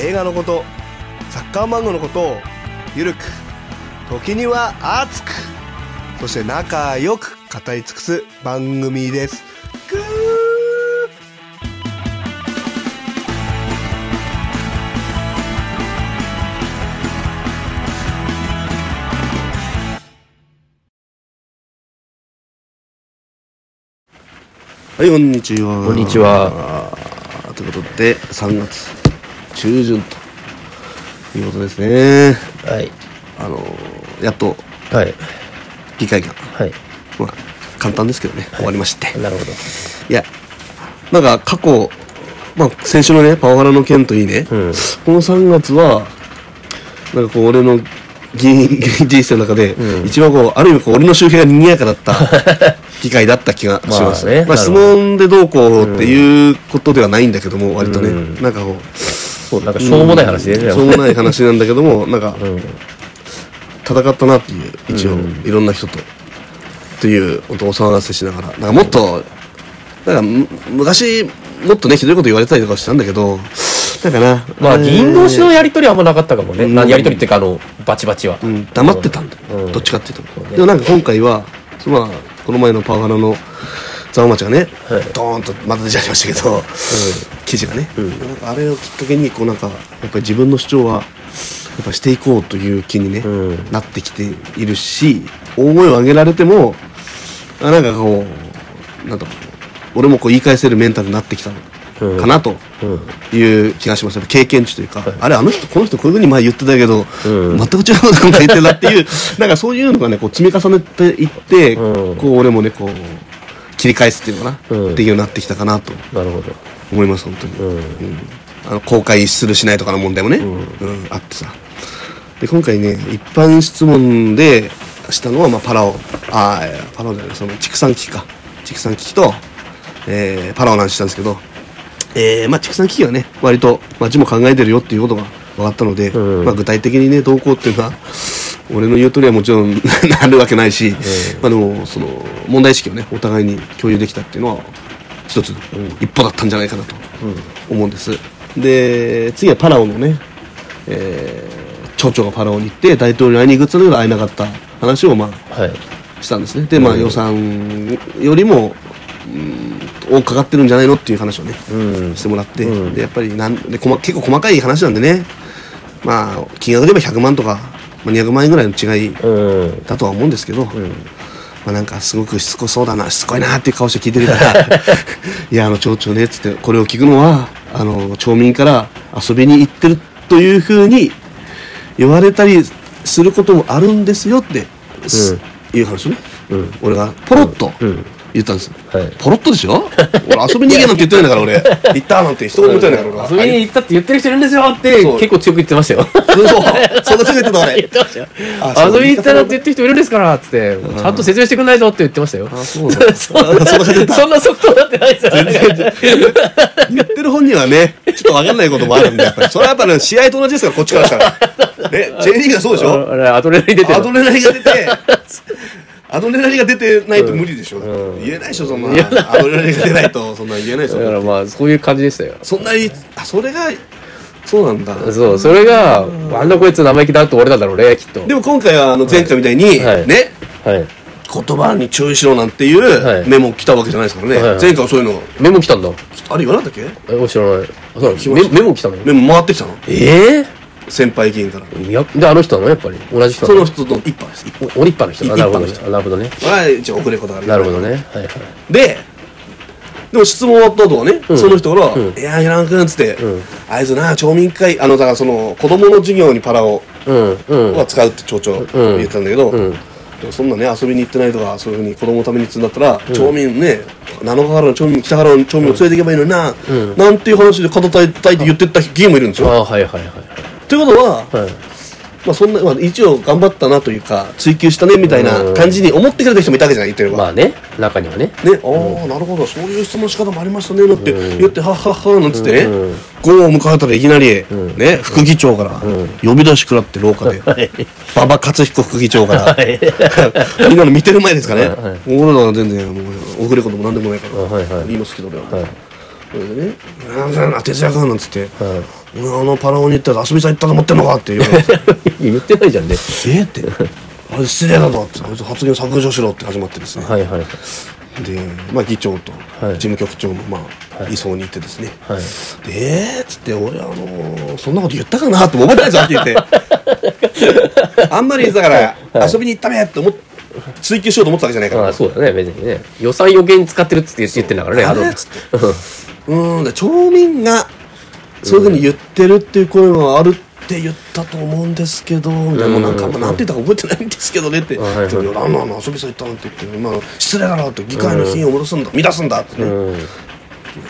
映画のことサッカー漫画のことをゆるく時には熱くそして仲良く語り尽くす番組ですぐーはい、こんにちは。こんにちは。ということで、3月中旬ということですね。はい。あの、やっとはい。議会が、はい。まあ、簡単ですけどね、終わりまして。なるほど。いや、なんか過去、まあ、先週のね、パワハラの件といいね、うん。この3月は、なんかこう、俺の議員人生の中で、うん一番こう、ある意味こう、俺の周辺が賑やかだった 議会だった気がします。まあねまあ、な質るほど問でどうこうっていうことではないんだけども、割とね、うんなんかこう、そう、なんかしょうもない話でね。しょうもない話なんだけど も、なんか、うん。戦ったなっていう、一応、うんいろんな人と、という、本当お騒がせしながら、なんかもっと、なんかむ、昔、もっとね、ひどいこと言われたりとかしたんだけど、なんかな、まあ、えー議員同士のやりとりはあんまなかったかもね。うんなやりとりっていうか、あの、バチバチは。うん、黙ってたんだよ、うんどっちかっていうと。そうねでもなんか今回は、まあ、この前のパワハラの、ザオマチがね、はいドーンとまた出ちゃいましたけど、記事がね、うんなんかあれをきっかけにこうなんかやっぱり自分の主張はやっぱしていこうという気にね、うんなってきているし大声を上げられてもあなんかこうなんだろう俺もこう言い返せるメンタルになってきたのうんかなとうん。うん。いう気がしますやっぱ経験値というか、はいあれあの人この人こういうふうに前言ってたけど、うん全く違うこと考えてるなっていう なんかそういうのがねこう積み重ねていって、うんこう俺もねこう切り返すっていうのかな、うんっていうようになってきたかなとなるほ思います本当に。ど。うん。うんあの公開するしないとかの問題もね、ううんあってさで今回ね一般質問でしたのは、まあ、パラオあーいやパラオじゃないその畜産危機か畜産危機と、えーパラオの話したんですけど、えーまあ、畜産危機はね割と町も考えてるよっていうことが分かったので、うんまあ、具体的にねどうこうっていうのは俺の言う通りはもちろん なるわけないし、まあ、でもその問題意識をねお互いに共有できたっていうのは一つ、ん一歩だったんじゃないかなとうん。思うんですで次はパラオのね、えー、町長がパラオに行って大統領に会いに行くっつうんだけど会えなかった話をまはい。あしたんですねでまあうん予算よりもうん多くかかってるんじゃないのっていう話をねうんしてもらって、うんでやっぱりなんで細結構細かい話なんでねまあ金額で言えば100万とかまあ200万円ぐらいの違いうん。だとは思うんですけど、うん。まあ、なんかすごくしつこそうだなしつこいなっていう顔して聞いてるから いやあの町長ねっつってこれを聞くのはあの町民から遊びに行ってるというふうに言われたりすることもあるんですよって、すいう話をねうん。俺がポロッとうん。言ったんですよ、はい。ポロッとでしょ俺遊びに行けなんて言ってないんだから俺行ったなんて一言も言ってないんだから遊び俺はに行ったって言ってる人いるんですよってそう結構強く言ってましたよ。そうそうそんなすぐ言ってた 言俺ってましたよあそう遊びに行ったらって言ってる人いるんですからつって、ちゃんと説明してくんないぞって言ってましたよ。あそうなんだ そんな、そんな感じだそんな即答だってないですよ。言ってる本人はね、ちょっとわかんないこともあるんで、やっぱり。それはやっぱり、試合と同じですから、こっちからしたら。ね、J リーグはそうでしょ あれアドレナリン出てるアドレナリンが出て、アドレナリンが出てないと無理でしょ。うん言えないでしょ、そんな。アドレナリンが出ないと、そんな言えないでしだからょ。まあそういう感じでしたよそんなに、あ、それが、そうなんだ。そうそれがあんなこいつ生意気だと俺なんだろうねきっとでも今回は、あの、前回みたいに、はいね、はい言葉に注意しろなんていはういメモ来たわけじゃないですからね。はいはい前回はそういうの、メモ来たんだあれ言わなかったっけえお知らないあそう来ましなのたメメモ来たのメモ回ってきたの。ええ先輩議員から。いやであの人なのやっぱり同じ人そなのの人の一派です。一派おおりっぱの人いあなるほどね一あなるほどねは一応遅れることがあるなるほどねはいはいででも質問終わった後はね、んその人から「うんいや平野君」っつって、うんあいつな町民会あのだからその子供の授業にパラオうんうんは使うって町長うん言ってたんだけど、うんでもそんなね遊びに行ってないとかそういうふうに子供のためにっつうんだったら、町民ね七日原の町民北原の町民を連れていけばいいのにな、うんなんていう話で肩たいて言ってった議員もいるんですあよ。あ、はいはいはい。ということは、はい。まあ、そんな、まあ、一応頑張ったなというか追求したねみたいな感じに思ってくれた人もいたわけじゃない言ってれば。まあね、中にはね。ね、ああ、なるほど、そういう質問の仕方もありましたね、なんてうん言って、はっはっは、なんつってね、うん午後を迎えたらいきなり、んね、副議長から、呼び出し食らって廊下 で、い馬場克彦副議長から、い みんなの見てる前ですかね、はいはい俺らは全然もう遅れることもなんでもないから、はいはい言いますけどね、はいそれでね、なんだな、哲也君なんつって、は俺あのパラオに行ったら遊びさん行ったと思ってんのかって言われて。 言ってないじゃんえね。ーって。あれ失礼だぞって、あいつ発言削除しろって始まってですね。はいはい。で、まあ、議長とはい事務局長も、まあ、移送に行ってですね。はい。でえーっつって、俺、あのーそんなこと言ったかなって思ってないじゃんって言 って。あんまり、だから、遊びに行ったねって思っ追求しようと思ってたわけじゃないかあら。あ、そうだね、別にね。予算余計に使ってるっつって言ってんだからね、あのれっつって。うーん、で町民が、そういうふうに言ってるっていう声もあるって言ったと思うんですけど、みたいな、もうなんか、うんまあなんて言ったか覚えてないんですけどねって、あはいはいでもいやあんなの遊びさ行ったなんて言って、まあ、失礼だなと、議会の品位を戻すんだ、乱すんだってね、うん。うん。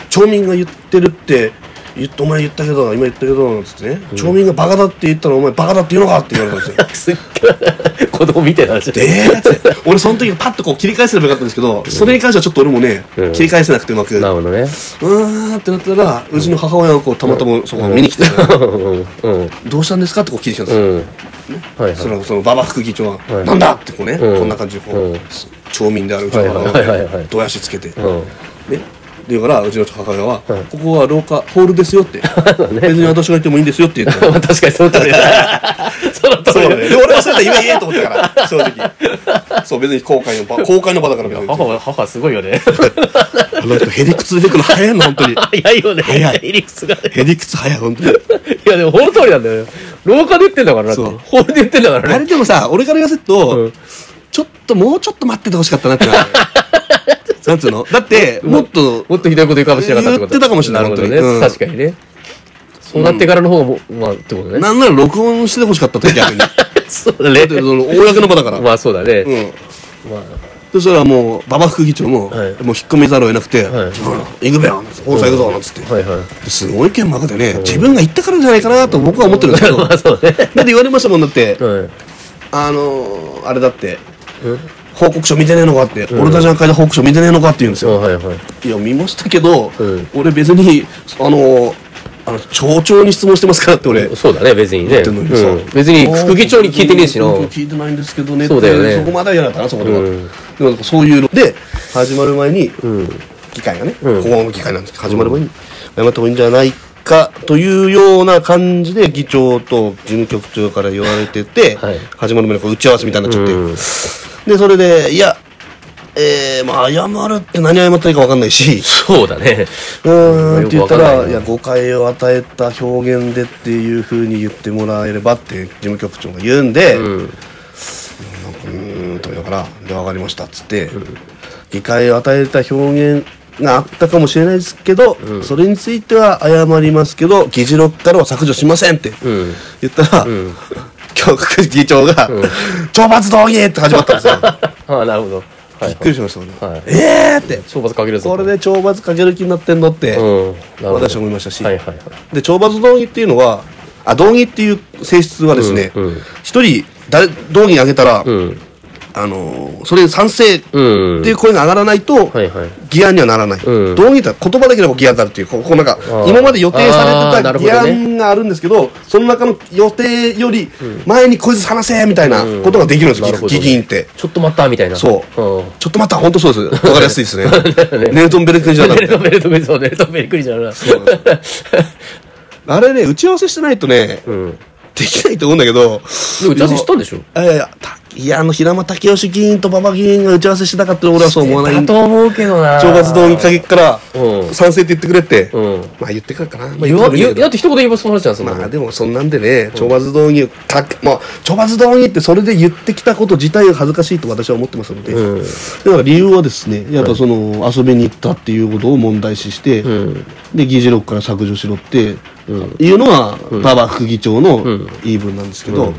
町民が言ってるって、言っお前言ったけど、今言ったけど、なんつってね、町民がバカだって言ったら、お前バカだって言うのかって言われたん ですよ。すっげえ、子供みたいな話で。えー、って俺その時パッとこう切り返せればよかったんですけど、それに関してはちょっと俺もね、うん切り返せなくてうまく、なるほどね。うーんってなったら、うちの母親がこうたまたまそこを見に来て、うん。うん。どうしたんですかってこう聞いてきたんですうよ。ん。はいそはのその馬場副議長は、いなんだってこうね、うんこんな感じでこう、うん町民であるうちの母はいはいはいは親いがどやしつけて、い。うん。 ね。でからうちの母親は、はいここは廊下ホールですよ って、別に私が行ってもいいんですよって言って。まあ確かにその 通りだ。その通 そうりね、だ。で俺はそれだったら言えと思った から正直そう別に公開の場公開の場だから別に母は、母はすごい よね。あの人へりくつ出てくの早いの本当に早いよね。早いエリクスがね。へりくつ早い本当にいやでも本当になんだよね。廊下で言ってんだからなって。そうホールで言ってんだからあね。れでもさ、俺から言わせると、うんちょっともうちょっと待っててほしかったなってな る。なんつうのだって、もっと、もっとひどいこと言うかもしれなかったって言ことってたかもしれないるほどね、本当にうん確かにね。そうなってからの方がも、まあってことね。なんなら録音してほしかったと、逆 に。だっそうだねて、。その、公の場だから。まあそうだうね。ん。まあ、そしたらもう、馬場副議長も、はいもう引っ込みざるを得なくて、はいうん、行くべよ、大阪行くぞ、なんつって。はいはい。すごい剣幕でね、自分が言ったからじゃないかなと僕は思ってるんですけど、 まだあってそうね。言われましたもんだって、はい。あのーあれだって、うん報告書見てねえのかって、俺たちが書いた報告書見てねえのかって言うんですあよ。はいはい。いや見ましたけど、うん俺別にあのあの町長に質問してますからって俺、そうだね、別にね。言ってんのにさうん別に副議長に聞いてねえしな。副議長聞いてないんですけどねってそうだよねそこまでは嫌だったなそこでは、うんでもそういうので始まる前に、うん。議会がね、うん法案の議会なんですけど始まる前に謝った方がいいんじゃないかというような感じで議長と事務局長から言われてて、はい始まる前にこう打ち合わせみたいになっちゃって、うんでそれでいやえー、まあ謝るって何謝ったらいいか分かんないし そうだね。うーんって言ったよくわかんないら、ないや、誤解を与えた表現でっていうふうに言ってもらえればって事務局長が言うんで、ううん。ーんと言うから、で、わかりましたっつって、理解を与えた表現があったかもしれないですけど、それについては謝りますけど、議事録からは削除しませんってうん。言ったら、ん教区議長が、懲罰動議って始まったんですよ。ああ、なるほど。びはいっ。くりしました、ねはいえーって、懲罰かけるぞ。これで懲罰かける気になってんのって、うん。なるほど私は思いましたし、はいはいはい。で懲罰動議っていうのはあ動議っていう性質はですねうんうん一、人誰動議に上げたら、うん。あのーそれに賛成ってうん。いう声が上がらないと、はいはい。議案にはならない、うん動議って言葉だけでも議案になるっていうこうこうなんかー今まで予定さあーれてなたるほ議どね案があるんですけどその中の予定より前にこいつ話せみたいなことができるんですなよ、るほど議ね議員って。ちょっと待ったみたいな。そうん。ちょっと待った、本当そうです。わかりやすいですね。 ネルトンベルクじゃなくベルトベルトベルトベルトベルクリじゃな。あれね、打ち合わせしてないとね、うん。できないと思うんだけど。打ち合わせしたんでしょいやいや、たいやあの、平間武雄議員と馬場議員が打ち合わせしてなかったら俺はそう思わない。だ懲と思うけどな。罰動議限から、うん賛成って言ってくれって、うんまあ言ってからかな。まあ言わ、言っ言てくれうるだって一言言えばその話じゃん、そけんどなまあの。でもそんなんでね、懲罰動議か、まあ、懲罰動議ってそれで言ってきたこと自体が恥ずかしいと私は思ってますので、うだんから理由はですね、やっぱその、遊びに行ったっていうことを問題視して、うん。で議事録から削除しろっていうのは馬場、副議長のん言い分なんですけど、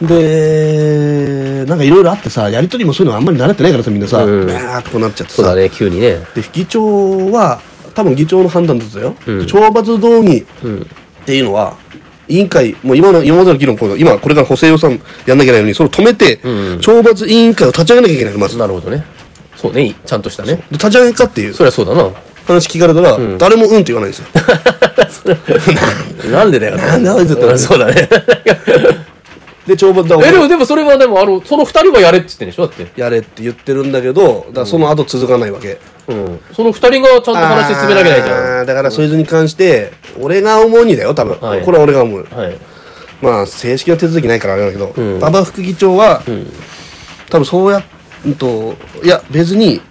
で、なんかいろいろあってさ、やりとりもそういうのあんまり習ってないからさ、みんなさ、うんうわーってこうなっちゃってそうださ。ね、急にね。で、議長は、多分議長の判断だったよ。うん懲罰動議うん。っていうのは、委員会、もう今の、今までの議論、こう今これから補正予算やんなきゃいけないのに、それを止めて、うん懲罰委員会を立ち上げなきゃいけないの、まず。でなるほどね。そうね、ちゃんとしたね。立ち上げるかっていうそりゃそうだ な。話聞かれたら、ん誰もうんって言わないんですよ。なんでだよ。なんであいつだったのうんそう だね。で、懲罰動議え、でも、でもそれはでも、あの、その二人はやれって言ってんでしょだって。やれって言ってるんだけど、だからその後続かないわけ。うん。その二人がちゃんと話進めなきゃいけないじゃあーだからそいつに関して、俺が思うにだよ、多分。はいこれは俺が思う。ん。はい。まあ、正式な手続きないからあれだけど、うん馬場副議長は、うん。多分そうや、うんと、いや、別に、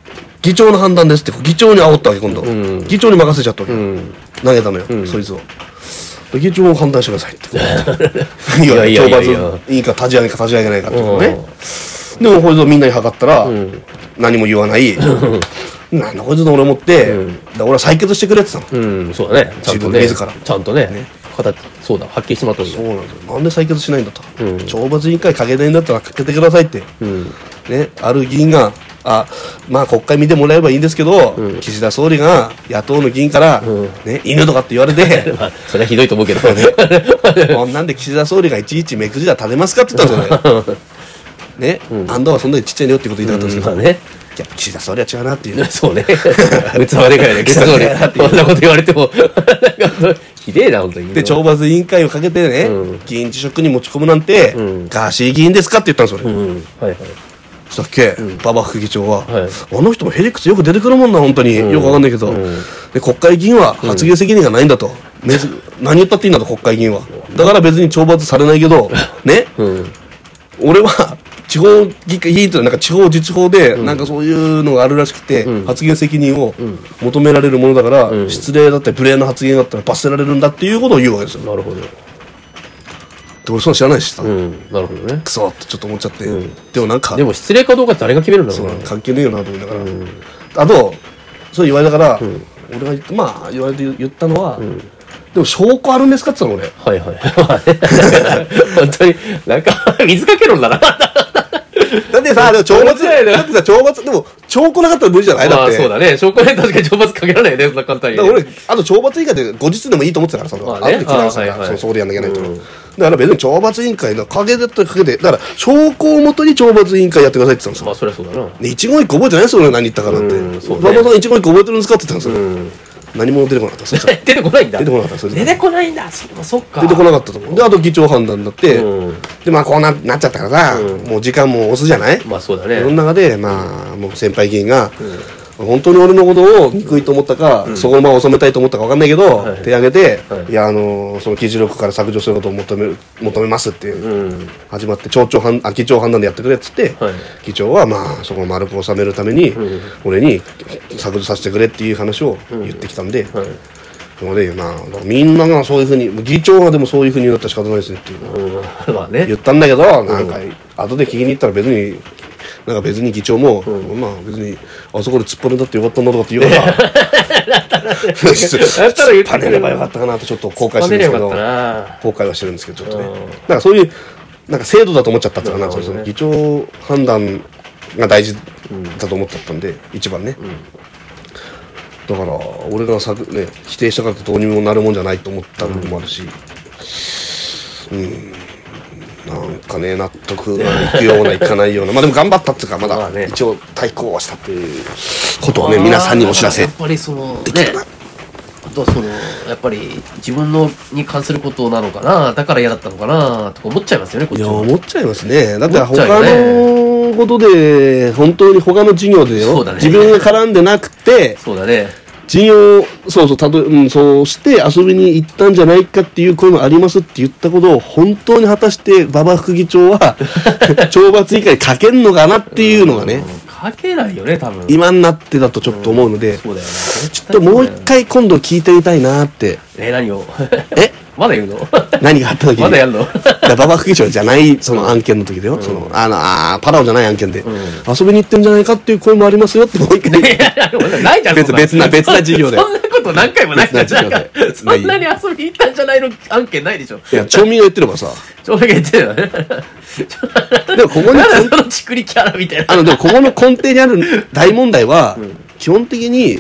議長の判断ですって、議長に煽ったわけ、今度。うん議長に任せちゃったわけ。うん。投げたのよ、うんそいつを。で議長を判断してくださいって。い いやいやいやいや懲罰いいか立ち上げか立ち上げないかっていうのねう。でもこいつをみんなに測ったら、うん。何も言わない。なんだこいつと俺思って、うんだから俺は採決してくれって言ったの。うん、そうだね。ちゃんとね。自分自らちゃんとね。形、そうだ、はっきりしてもらったそんだ。うなんですよ。なんで採決しないんだと。うん懲罰委員会かけないんだったらかけてくださいって。うん。ね、ある議員が、あ、まあ国会見てもらえばいいんですけど、うん岸田総理が野党の議員から、うんね、犬とかって言われて、 まあ、それはひどいと思うけど。こんなんで岸田総理がいちいち目くじら立てますかって言ったんですよね。 ね、うん安藤はそんなにちっちゃいねよってこと言いたかったんですけど、うんまあねやっぱ岸田総理は違うなっていう。そうね。器でかい ね。器結構でかいなねっ。ていうこんなこと言われても、 なんかひでえな、本当に。で、懲罰委員会をかけてね、うん議員辞職に持ち込むなんて、うんガーシー議員ですかって言ったんですよ、う俺。ん。はいはい。そしたっけ、馬場副議長は、はいあの人もヘリクツよく出てくるもんな、本当に。んよくわかんないけど、うんで、国会議員は発言責任がないんだと。ね何言ったっていいんだと、国会議員は。だから別に懲罰されないけど、ね、うん。俺は地方議会議員というのはなんか地方自治法でなんかそういうのがあるらしくて、うん発言責任をん求められるものだから、うん失礼だったり無礼な発言があったら罰せられるんだっていうことを言うわけですよ。なるほど。で俺そんな知らないしさ、うん。なるほどね。クソってちょっと思っちゃって、うんでもなんかでも失礼かどうかって誰が決めるんだろそううな。関係ねえよなと思いながら、んあとそれ言われたから、ん俺が言ってまあ言われて言ったのは、んでも証拠あるんですかって言ったのはいはい。まあね 本当に、なんか、水かけろんだな。俺だってさでも懲罰それじゃないのだってさ懲罰でも証拠なかったら無理じゃないだまっあてそうだね。証拠ね、確かに懲罰かけられないね、そんな簡単にだね。から俺、あと懲罰委員会で後日でもいいと思ってたから、その、まああねとで決めなさいあはいはいそそこでやんなきゃいけないと、うんだから別に懲罰委員会の陰だったら陰で、だから証拠をもとに懲罰委員会やってくださいって言ってたんですよ。まあそりゃそうだな。で、一言一句覚えてないですよ、俺何言ったかなって。うんそうね馬場さん一言一句覚えてるんですかって言ってたんですうよ。ん。何も出てこなかった です。出てこないんだ。出てこなかったそれで出てこないんだ。そそっか。出てこなかったと思う。で、あと議長判断になって、うんで、まあこうななっちゃったからさ、うんもう時間も押すじゃない、まあそうだそのね。中で、まあ、もう先輩議員が、本当に俺のことを憎いと思ったか、そこのまま収めたいと思ったか分かんないけど、はい手挙げて、はいい、や、あの、その議事録から削除することを求める求めますっていう、うん。始まって、町長判あ議長判断でやってくれっつって、はい議長は、まあ、そこを丸く収めるために、うん俺に削除させてくれっていう話を言ってきたんで、はい。それで、まあ、みんながそういうふうに、議長がでもそういうふうに言うのったら仕方ないですねっていう。うん。まあね言。ったんだけど、なんか、後で聞きに行ったら別に、なんか別に議長も、まあ別に、あそこで突っ張ねだってよかったなとかって 言うから、突だったら言っってくれ張ねればよかったかなとちょっと後悔してるんですけど、突っ張れればよかった後な悔はしてるんですけど、ちょっとねうん。なんかそういう、なんか制度だと思っちゃったっていうかな、なそるほどのね議長判断が大事だと思っちゃったんで、一番ね。だから、俺がさ、ね、否定したからってどうにもなるもんじゃないと思ったのもあるし、なんかね、納得がいくような、いかないような、まあでも頑張ったっていうか、ままだあね一応対抗はしたっていうことをね、皆さんにお知らせやっ。ぱりそのねあとはそのやっぱり自分のに関することなのかなだから嫌だったのかなとか思っちゃいますよねこっいちや、も思っちゃいますね。だって思っちゃ他うのことで、本当に他の事業でそよ、うだね自分が絡んでなくて、そうだね事業、そうそう、たと、うん、そうして遊びに行ったんじゃないかっていう声もありますって言ったことを本当に果たして馬場副議 長は懲罰委員会かけんのかなっていうのがね、書けないよね多分今になってだとちょっと思うので、そうだよねちょっともう一回今度聞いてみたいなって。え何を えまだ言うの 何があった時に。まだやんのだ馬場副議長じゃない、その案件の時だよ。その、あの、あーパラオじゃない案件で、遊びに行ってんじゃないかっていう声もありますよって、もう一回。いやないじゃんそん別、別な、別な事業で。 そんなことこと何回もないじゃなん。なんんかか、そんなに遊びに行ったんじゃないの案件ないでしょ。いや、町民が言ってればさ、ちょうど言ってるよね。でもここになん だそのちくりキャラみたいな。あの、でもここの根底にある大問題は、基本的に、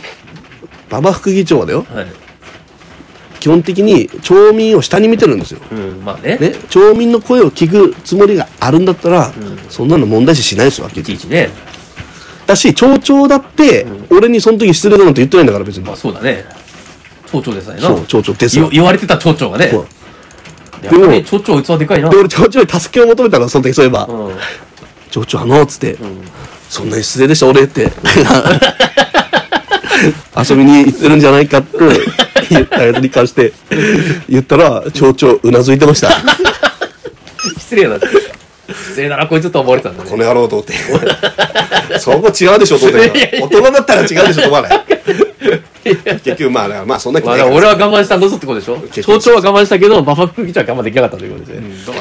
馬場副議長はだよ、はい。基本的に町民を下に見てるんですよ。うん、まあね。ね、町民の声を聞くつもりがあるんだったら、そんなの問題視しないですよ、わけいちいちね。だし、町長だって、俺にその時失礼だなんて言ってないんだから、別にまあ。そうだね。町長でさえな。そう、町長です言よ。言われてた町長がね。そうやっぱり町長器でかいな。で、う俺町長に助けを求めたの、その時、そういえば。ん。町長あのつって、そんなに失礼でした俺って 遊びに行ってるんじゃないかって言ったやつに関して言ったら町長うなずいてました失礼だな。失礼だな、こいつと思われてたんだ ね。この野郎と思って そこ違うでしょと思って大人だったら違うでしょと思わ ない結局まあまあそんな気まあ、ないだかからら俺は我慢したんだぞってことでしょ結局町長は我慢したけど、馬場副議長は我慢できなかったということですね。うん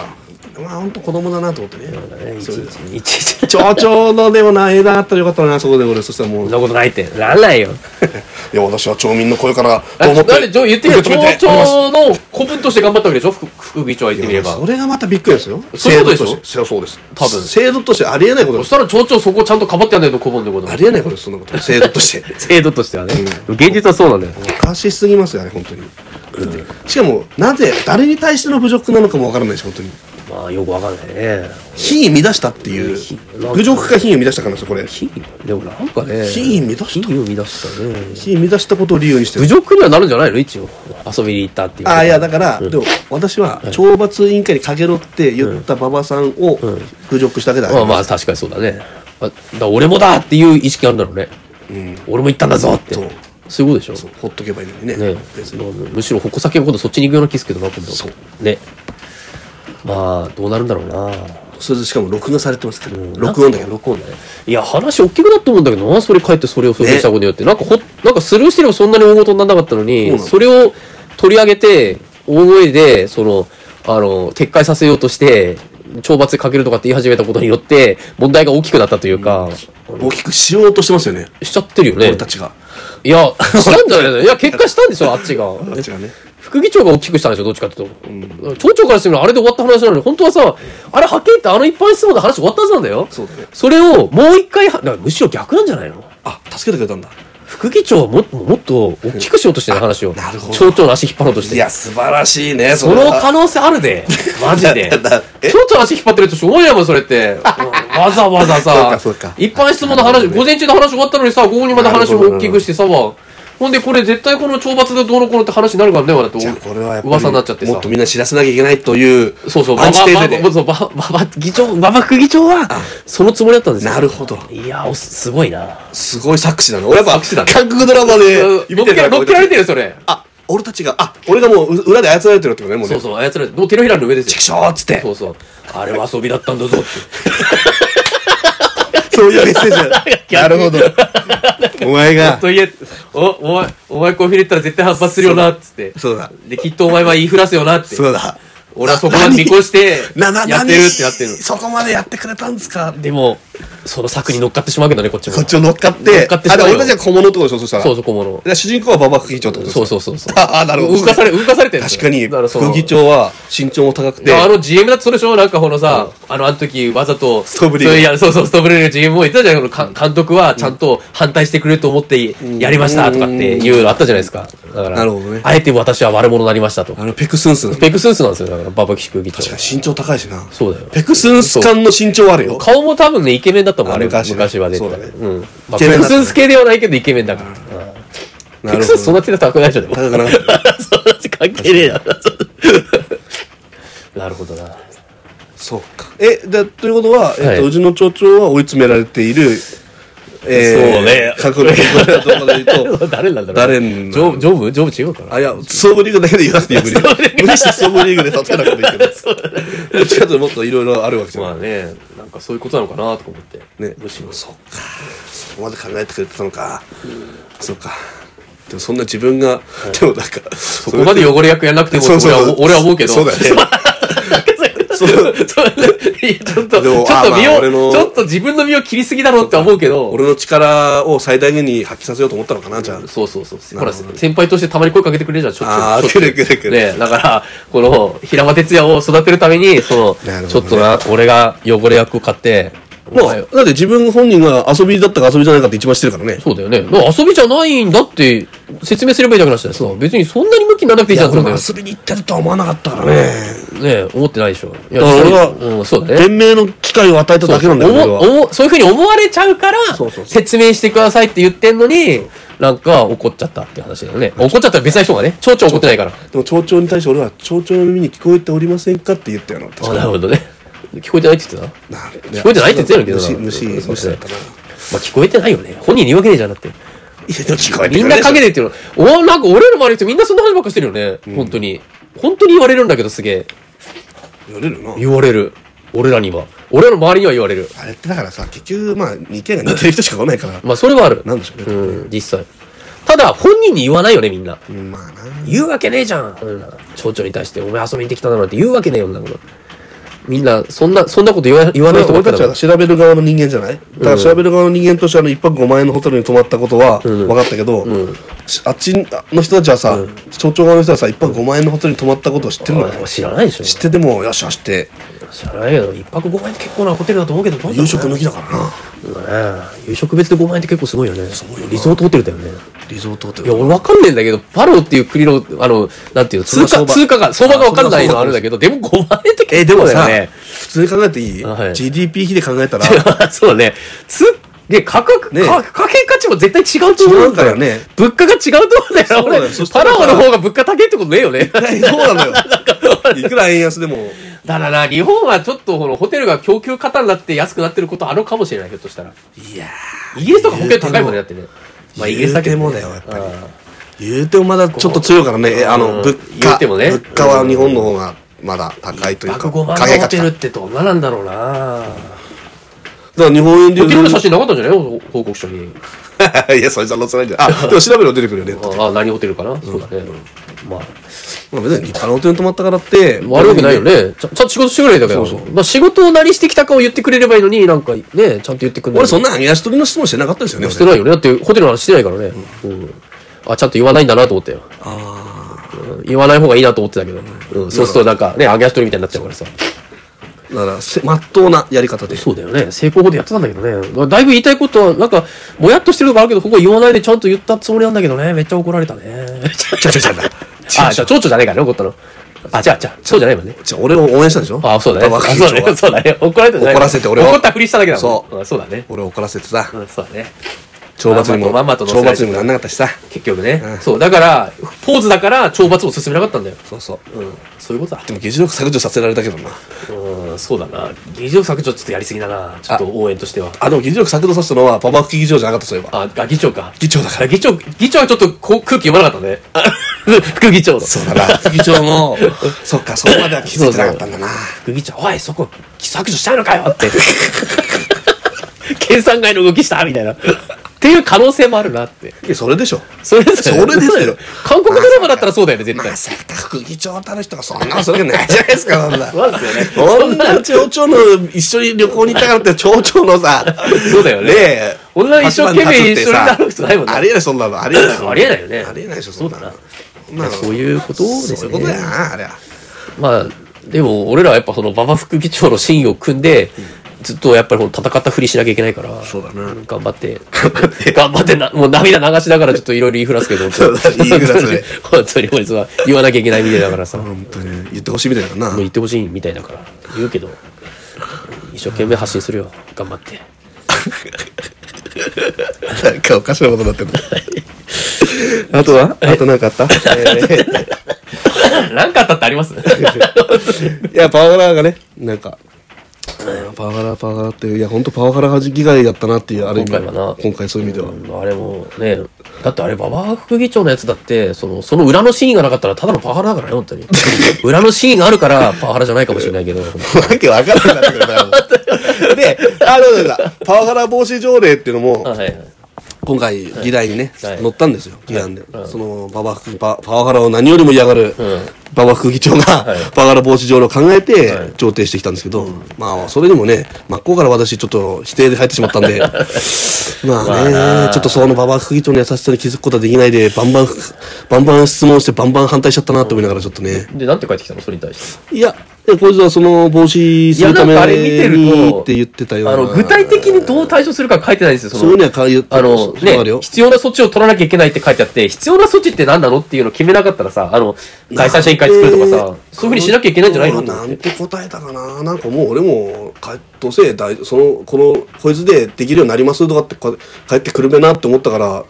まあ本当子供だなと思ってね そうですいちいち、そ町長のでもな枝あったらよかったなそこで俺そしたらもうんなことないって。なんないよ。いや私は町民の声からだと思っってて、ちょ言ってみれば、受け止めて町長の古文として頑張ったわけでしょ副副議長は言ってみればそ。れがまたびっくりですよ。そういうことでしょ制度とてそうです。多分制度としてありえないことでそしす。たら町長そこをちゃんとかばってやんないと古文のことあ。りえないことです、そんなこ と。制度として。制度としてはね。現実はそうなんだよ。おかしすぎますよね、本当に。だってしかも、なぜ、誰に対しての侮辱なのかもわからないし、本当に。まあ、よくわかんないね。品位乱したっていう品。侮辱か品位を乱したからですよ、これ。品でもなんかね。品位乱した品位を乱したね。位乱したことを理由にして侮る。辱にはなるんじゃないの一応。遊びに行ったっていう。ああ、いや、だから、でも、私は、懲罰委員会にかけろって言った馬場さんを侮辱したわけだまあまあ、確かにそうだね。あだから俺もだっていう意識あるんだろうね。うん。俺も行ったんだぞって。そそうういうことでしょ。ほっとけばいいのにねね。別に。むしろ矛先が今度そっちに行くような気ですけどな、今度。。そうね。まあ、どうなるんだろうな。それでしかも録画されてますから。録音だけど。録音だね。いや、話大きくなって思うんだけどな、それ帰ってそれをそうしたことによって。なんかほ、なんかスルーしてればそんなに大事にならなかったのそうなに、のそれを取り上げて、大声で、その、あの、撤回させようとして、懲罰かけるとかって言い始めたことによって、問題が大きくなったというか、大きくしようとしてますよね。しちゃってるよね。俺たちが。いや、したんじゃないのいや、結果したんでしょ、あっちが。俺たちがね。副議長が大きくしたんでしょ、どっちかっていうと。町長からしてみればあれで終わった話なのに、本当はさ、あれはっきり言ってあの一般質問で話終わったはずなんだよ。そうだねそれをもう一回は、だからむしろ逆なんじゃないのあ、助けてくれたんだ。副議長はももっと大きくしようとしてる話を。あなるほど町長の足引っ張ろうとしいて。や、素晴らしいね、その可は能性ある で。マジでだだ。え町長の足引っ張ってるとしょうがないもん、それ って。わざわざそうさかそうか、一般質問の話、午前中の話終わったのにさ、午後にまた話をなるほど大きくしてさ、ほんでこれ絶対この懲罰でどうのこうのって話になるからね、わだとじゃあこれはやっぱり噂になっちゃってもさっと。みんな知らせなきゃいけないという、そうそう、アンチテーゼで。ばばばばばば議長、馬場副議長は、そのつもりだったんですよ。なるほど。いや、おすごいな。すごい作詞なの。俺やっぱ、作詞だね韓国ドラマで乗っ見てけらた乗っけられてるよ、それ。あ、俺たちが、あ、俺がもうう裏で操られてるってことね、もうそうね。そう、操られて、もう手のひらの上ですよチ。クショーっつってそ。うそう。あれは遊びだったんだぞって。そういうメッセ ージ。なるほど。お前が、といえ、お、お前、お前コーヒー入れたら絶対反発するよな、っつって。そうだ。で、きっとお前は言いふらすよなって。そうだ。俺はそこまで見越してな、な、、やってるってやってる何。そこまでやってくれたんですかでも、その策に乗っかってしまうわけどね、こっちも。こっちを乗っかって。乗っかってしあ、まうでよも俺たちが小物ってことでしょ、そしたら。そうそう、小物。で主人公は馬場副議長ってことですかそうそうそうそう。ああなるほど動かされ、動かされてる確かに、だらその副議長は身長も高くて、あの GM だってそれでしょなんかこのさ、あの、あの時わざと、ストーブリーそういや、そうそう、ストーブリーの GM も言ってたじゃないか、監督はちゃんと反対してくれると思ってやりましたとかっていうのあったじゃないですか。だから、なるほどねあえて私は悪者になりましたと。あの、ペクスンスン。ペクスンスなんですよ、だから、ババキシクギタ確かに身長高いしな。そうだよ。ペクスンス感の身長はあるよ。顔も多分ね、イケメンだったもん、ああれ。昔昔ねは絶対。そうだねうん。まあ、イケペメンだったクスンス系ではないけど、イケメンだから。うんなペるクほスンスそんど。な手で高くないじゃん、でも。高くなかったそんな手関係ねえな。なるほどな。 そうか。え、だ、ということは、えっ、はいと、うちの町長は追い詰められている、えー、そうね過去のところところで言 うと、誰なんだろう誰なんだジろョジョブジョブ違うかなあ、いや、ストーブリーグだけで言わなくていいよ、無 ストーブリ理。ーグ無理してストーブリーグで立てなくていい けど。どっちかというともっといろいろあるわけじゃなまい。あね、なんかそういうことなのかなとか思って。ねむしろ。そっかそこまで考えてくれてたのか、そっかでもそんな自分が、でもなんかそそこまで汚れ役やんなくても、そうそう俺は俺は思うけど。そうだよね なんかそういうことそのそういやちょっと、ちでょもっと身あまあ俺のを、ちょっと自分の身を切りすぎだろうって思うけど、俺の力を最大限に発揮させようと思ったのかな、じゃあ。そうそうそう。なほるら、ほどね先輩としてたまに声かけてくれるじゃん、ちょっと。あーちょっくれくれくれねだから、この、平間哲也を育てるために、そなの、るちほょっとな、俺が汚れ役を買って、おまあ、前だって自分本人が遊びだったか遊びじゃないかって一番知ってるからね。そうだよね。だから遊びじゃないんだって、説明すればいいだけの話だよ。そう。別にそんなに向きにならなくていいじゃん、そんなの遊びに行ってるとは思わなかったからね。ね思ってないでしょ。いやだから俺が実際うん、そうだね。弁明の機会を与えただけなんだよ、俺そうは。思う思うそういうふうに思われちゃうからそうそうそう説明してくださいって言ってんのに、なんか怒っちゃったって話だよね。怒っちゃったら別な人がね、町長怒ってないから。でも町長に対して俺は、町長の耳に聞こえておりませんかって言ったよな。あ、なるほどね。聞こえてないって言ってたなる聞こえてないって言ってたよけどな虫、虫、虫だったな。いまあ、聞こえてないよね。本人に言うわけねえじゃんだって。や、でも聞こえてみんくなれるでしょ陰で言ってるの。おなんか俺らの周りの人みんなそんな話ばっかしてるよね。本当に。本当に言われるんだけどすげえ。言われるな。言われる。俺らには。俺らの周りには言われる。あれってだからさ、結局、まあ、意見が似てる人しか来ないから。まあそれはある。なんでしょうねうん、実際。ただ、本人に言わないよね、みんな。うんまあな。言うわけねえじゃん。そんな町長に対して、お前遊びに行ってきただろうって言うわけねえよ、んなこと。みんな、そんな、そんなこと言わ言わない人ば俺っかただちかは調ら。べる側の人間じゃないだから調べる側の人間としてあの一泊5万円のホテルに泊まったことは分かったけど、しあっちの人たちはさ、町長側の人はさ、一泊5万円のホテルに泊まったことを知ってるのおよ前知らないでしょ。知ってても、よしよしって、知らないけど、一泊5万円って結構なホテルだと思うけど、どうなんだろう夕ね食抜きだからな。ね夕食別で5万円って結構すごいよね。ごいよなリゾートホテルだよね。リゾートホテいや、ル。俺わかんねえんだけど、パロっていう国の、あの、なんていうの、それ通は相場貨、通貨が、相場がわかんないのはあるんだけど、でも5万円ってえ、で結構もだよさ、ね。普通に考えていい、あはい ?GDP 比で考えたら、 そうね。つ、で、価格、ねか貨幣価値も絶対違うと思うんだよ。違うからね物価が違うと思うんだよ。そうだよ俺そし、たパらラオの方が物価高いってことねえよ ね。だはいそうなのよ。いくら円安でも、からな、日本はちょっと、この、ホテルが供給過多になって安くなってることあるかもしれない、ひょっとしたら。いやイギリスとか保険高いもんね、だってね。まあ、イギリスだけ言うてもだよやっぱりー、言うてもまだちょっと強いからね、えあの、うん物言う価、てもね物価は日本の方がまだ高いというか、 105万の影ホがテルってどんななんだろうなだから日本円でホテルのう写真なかったんじゃない報告書に。いや、それじゃ載せないじゃん。あ、でも調べるの出てくるよね。ああ、何ホテルかなそうだね。まあ、まあ、別に立派なホテルに泊まったからって。悪くないよ。ね。ちゃちゃんと仕事してくれりゃいいだけど。そうまあ仕事を何してきたかを言ってくれればいいのに、なんかね、ちゃんと言ってくれない。俺そんな揚げ足取りの質問してなかったですよね。してないよね。だってホテルの話してないからね。うん。あ、ちゃんと言わないんだなと思ったよ。うん言わない方がいいなと思ってたけど。うん。そうするとなんかね、揚げ足取りみたいになっちゃうからさ。俺だから、せまっとうなやり方で。そうだよね。成功法でやってたんだけどね。まあだいぶ言いたいことは、なんか、ぼやっとしてるのがあるけど、ここ言わないでちゃんと言ったつもりなんだけどね。めっちゃ怒られたね。ちゃちゃちゃちゃ。 あ、じゃあ、蝶々じゃないからね、怒ったの。あ、じゃあ、じゃあ、そうじゃないもんね。ちゃ俺を応援したでしょあ、そうだね。若あいそう人だね。はそうだね。怒られたじゃない怒らせて俺を怒ったふりしただけだもん。そうあそうだね。俺を怒らせてさ、うんそうだね。懲罰にも、まんまとまんまと乗懲罰せられてにもなんなかったしさ。結局ねう。んそう、だから、ポーズだから、懲罰を進めなかったんだよ。そうそう。うん。そういうことだ。でも議事録削除させられたけどな。うん、そうだな。議事録削除ちょっとやりすぎだな。ちょっと応援としては。あ、でも議事録削除させたのは、パパ吹き議事録じゃなかった、そういえば。あ、あ議長か。議長だかあら。議長、議長はちょっとこう空気読まなかったね。 あ副議長の。そうだな。副議長の、そっか、そこまでは気づいてなかったんだな。副議長、おい、そこ、削除したいのかよって。計算外の動きしたみたいな。っていう可能性もあるなって。いやそれでしょ。それでそれですよ韓国ドラマだったらそうだよね、絶ま対。さか副議長たる人がそんなのするわけないじゃないですか、そん な。そうですよね。そんな町長の一緒に旅行に行ったからって町長のさ、そうだよねねえ。俺は一生懸命一緒立にな場立つる人ってさないもんねありえない、そんなの。ありえない。ありえないよねありえないでしょ、そんなの。そそんなのそういうことですねそういうことやな、あれは。まあ、でも俺らはやっぱその馬場副議長の真意を組んで、ずっとやっぱりこの戦ったふりしなきゃいけないから、そうだな頑張って、頑 張ってな、もう涙流しながらちょっといろいろ言いふらすけど、そうだ言いふらすね本当に、本当にこいつは言わなきゃいけないみたいだからさ、もう本当に。言ってほしいみたいだな。言ってほしいみたいだから、言うけど、一生懸命発信するよ、頑 張って。なんかおかしなことになってる。 あとはあとなん かあったえなんかあったってあ りますーいや、パワハラがね、なんか。うんパワハラ、パワハラって、いや、本当パワハラはじき害だったなっていう、ある意味。今回はな今回そういう意味では。あれもね、だってあれ、馬場副議長のやつだって、その、その裏の真意がなかったらただのパワハラだからね、本 当に。裏の真意があるからパワハラじゃないかもしれないけど。わけわかんなくなってくるから。で、あの、なんか、パワハラ防止条例っていうのも、はいはい。今回、議題にね、はい乗ったんですよ、議案で。その、馬場副パ、パワハラを何よりも嫌がる、馬場副議長が、パワハラ防止条例を考えて、調停してきたんですけど、まあ、それでもね、真っ向から私、ちょっと否定で入ってしまったん で、まあね、ちょっとその馬場副議長の優しさに気づくことはできないで、バンバン、バンバン質問して、バンバン反対しちゃったなと思いながら、ちょっとね。で、なんて返ってきたのそれに対して。いや、でこいつはその、防止するためいやなんかあれ見てるとにって言ってたような。あの、具体的にどう対処するか書いてないんですよ、そそういのう。にはかゆあの、あるね、よ。必要な措置を取らなきゃいけないって書いてあって、必要な措置って何なのっていうのを決めなかったらさ、あの、第三者委員会作るとなかんさて、そういうふうにしなきゃいけないんじゃないのとな思っんてて。答えたかななんかもう俺も、かどうせ大、その、この、こいつでできるようになりますとかってこ帰ってくるべなって思ったから、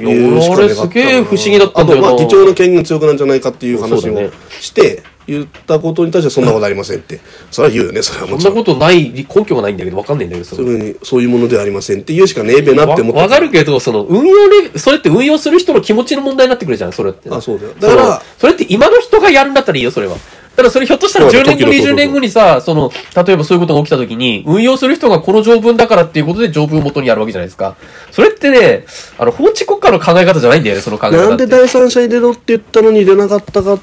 言うしかなかったな俺すげえ不思議だったんだよなあと、まあ、議長の権限が強くなんじゃないかっていうそ話うだねをして、言ったことに対してそんなことありませんって。それは言うよね、それはそもんちろ。なんことない、根拠がないんだけど、わかんないんだけど、そそうのいうふうに、そういうものではありませんって言うしかねえべなって思ってたわわかるけど、その、運用レ、それって運用する人の気持ちの問題になってくるじゃん、それって。あそうだよそだからのそれって今の人がやるんだったらいいよ、それは。ただそれひょっとしたらそう10だ年後、時々20年後にさ、その、例えばそういうことが起きた時に、運用する人がこの条文だからっていうことで条文を元にやるわけじゃないですか。それってね、あの、法治国家の考え方じゃないんだよね、その考え方って。なんで第三者入れろって言ったのに入れなかったかっ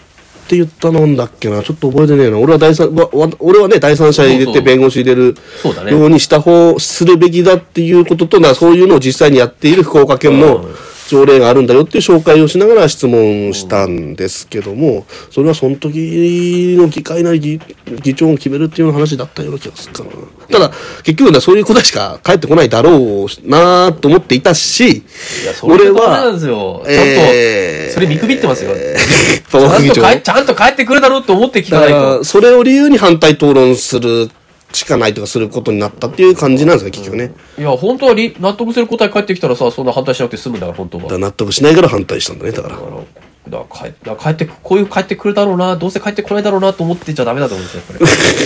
て言ったのなんだっけなちょっと覚えてねえな俺は第三わわ俺はね第三者入それうそてう弁護士入れるそうだねようにした方するべきだっていうこととなそういうのを実際にやっている福岡県の条例があるんだよっていう紹介をしながら質問したんですけどもそれはその時の議会内議議長を決めるっていうような話だったような気がするかなただ結局ねそういうことしか返ってこないだろうなと思っていたしいや、そ俺れはダメなはんですよ。ちえーょっと、それ見くびってます よ。ち馬場ゃ副んと議長帰、ちゃんと帰ってくるだろうと思って聞かだかないと。ら、それを理由に反対討論するしかないとか、することになったっていう感じなんですよ、結局ね。いや、本当はり納得する答え返ってきたらさ、そんな反対しなくて済むんだから、本当はだか。ら納得しないから反対したんだね、だから。あのだから帰だから帰ってこういう帰ってくるだろうなどうせ帰ってこないだろうなと思ってちゃダメだと思うんですよこ れ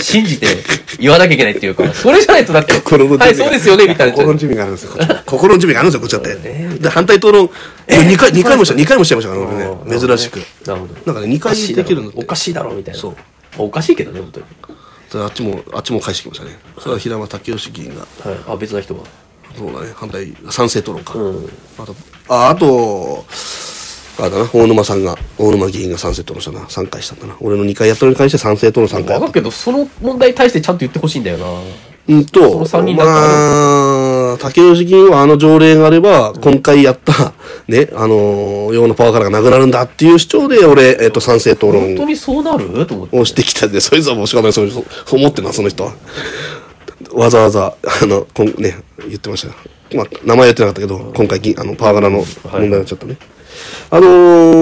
信じて言わなきゃいけないっていうかそれじゃないとだって心の準備がはいそうですよねみたいな心の準備があるんですよ、こっちは心の準備があるんですよ、こっちだって。で、反対討論、2回、二回もした、二回もしちゃいましたからね、俺ね。珍しく。なるほどなんかね、2おか回しいだできるろのおかしいだろみたいなそうおかしいけどね本当に、ただあっちも、あっちも返してきましたね。それは平間武義議員が、はい、あ別な人がそうだね、反対、賛成討論か。うんあと、あ、あと、あれだな、大沼さんが、大沼議員が賛成討論したな、3回したんだな。俺の2回やったのに関して賛成討論3回やっ分かたるけどその問題に対してちゃんと言ってほしいんだよなうんそとの、三人だったらまあ、竹吉議員はあの条例があれば、今回やった、ね、あのー、用のパワハラがなくなるんだっていう主張で、俺、えっと、賛成討本当論にそうなると思ってをしてきたんで、そいつはもうしょうがない、そうそうそう思ってるな、その人は。わざわざ、あの、こんね、言ってましたよ。まあ、名前言ってなかったけど、今回ぎ、あの、パワハラの問題になっちゃったね。あの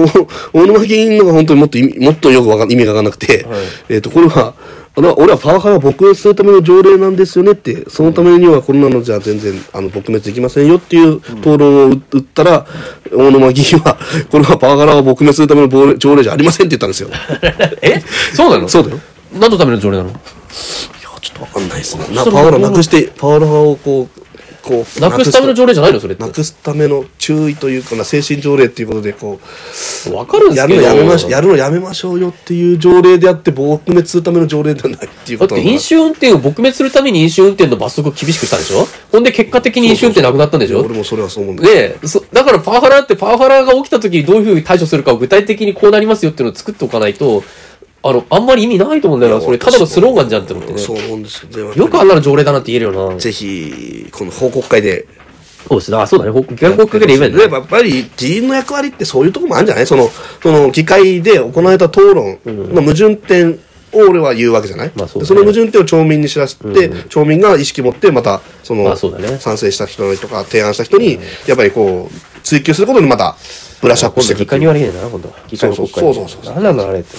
ー、 大沼議員のが本当にもっと意味、もっとよくわかん意味がわかんなくて、えっ、と、これは、あの俺はパワハラを撲滅するための条例なんですよねって、そのためにはこんなのじゃ全然あの撲滅できませんよっていう討論を打打ったら、大沼議員は、これはパワハラを撲滅するための条例条例じゃありませんって言ったんです よ。 えそうなのそうだよ何のための条例なのちょっとわかんないですね。なパワハラなくして、パワハラをこう、こう、なくすための条例じゃないのそれってなくすための注意というかな、精神条例っていうことで、こう、分かるんでやすけるどのやめましやるのやめましょうよっていう条例であって、撲滅するための条例ではないっていうだこっとてなんだ飲酒運転を撲滅するために飲酒運転の罰則を厳しくしたんでしょほんで結果的に飲酒運転なくなったんでしょ俺もそれはそう思うんだよ。で、そ、だからパワハラってパワハラが起きた時にどういうふうに対処するかを具体的にこうなりますよっていうのを作っておかないと、あの、あんまり意味ないと思うんだよな。それただのスローガンじゃんって思ってね。そう思うんですよ。でもよくあんなの条例だなって言えるよな。ぜひ、この報告会で。そうですね。あ、そうだね。報告、原告で言えばいいんだやねっぱり、議員の役割ってそういうところもあるんじゃないその、その、議会で行われた討論の矛盾点を俺は言うわけじゃない、まあそうだねでその矛盾点を町民に知らせて、町民が意識持って、また、その、まあそうだね賛成した人とか、提案した人に、やっぱりこう、追求することにまた、ブラッシュアップ今して度いく議ってい会にう言わなきゃいけないんだな、今度は。議会の国会にそうそうそうそう何 なんだ、あれって。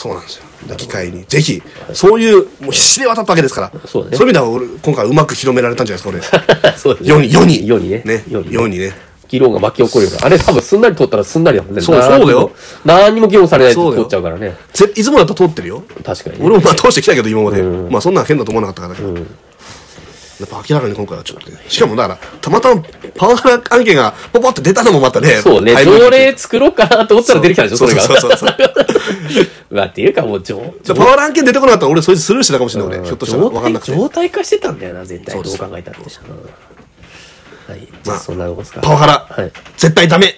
そうなんですよ。機会に、ぜひ、そういう、もう必死で渡ったわけですから。そうだねいう意味では、俺、今回うまく広められたんじゃないですか、俺。そうですね世に、世に。 世にね。ね。世に世にね。議論が巻き起こるような。あれ多分すんなり通ったらすんなりだもんね。そう何にそもうだよ。何にも議論されないとそうだ通よっちゃうからね。ぜいつもだと通ってるよ。確かにね。俺もまあ通してきたけど、今まで。まあそんなん変だと思わなかったから。やっぱ明らかに今回はちょっとね。しかもだから、たまたまパワハラ案件がポポって出たのもまたね。そうね、タイムリー条例作ろうかなと思ったら出てきたでしょ、それが。そうそうそうそう。まあ、って いうかもう条、じ状ゃあパワハラ案件出てこなかったら俺そいつスルーしてたかもしれない、俺。ひょっとしたら。わかんな態、くて。状態化してたんだよな、絶対。そうどでうす考えたって。はい。じゃあ、そんなとこですか。パワハラ、はい。絶対ダメ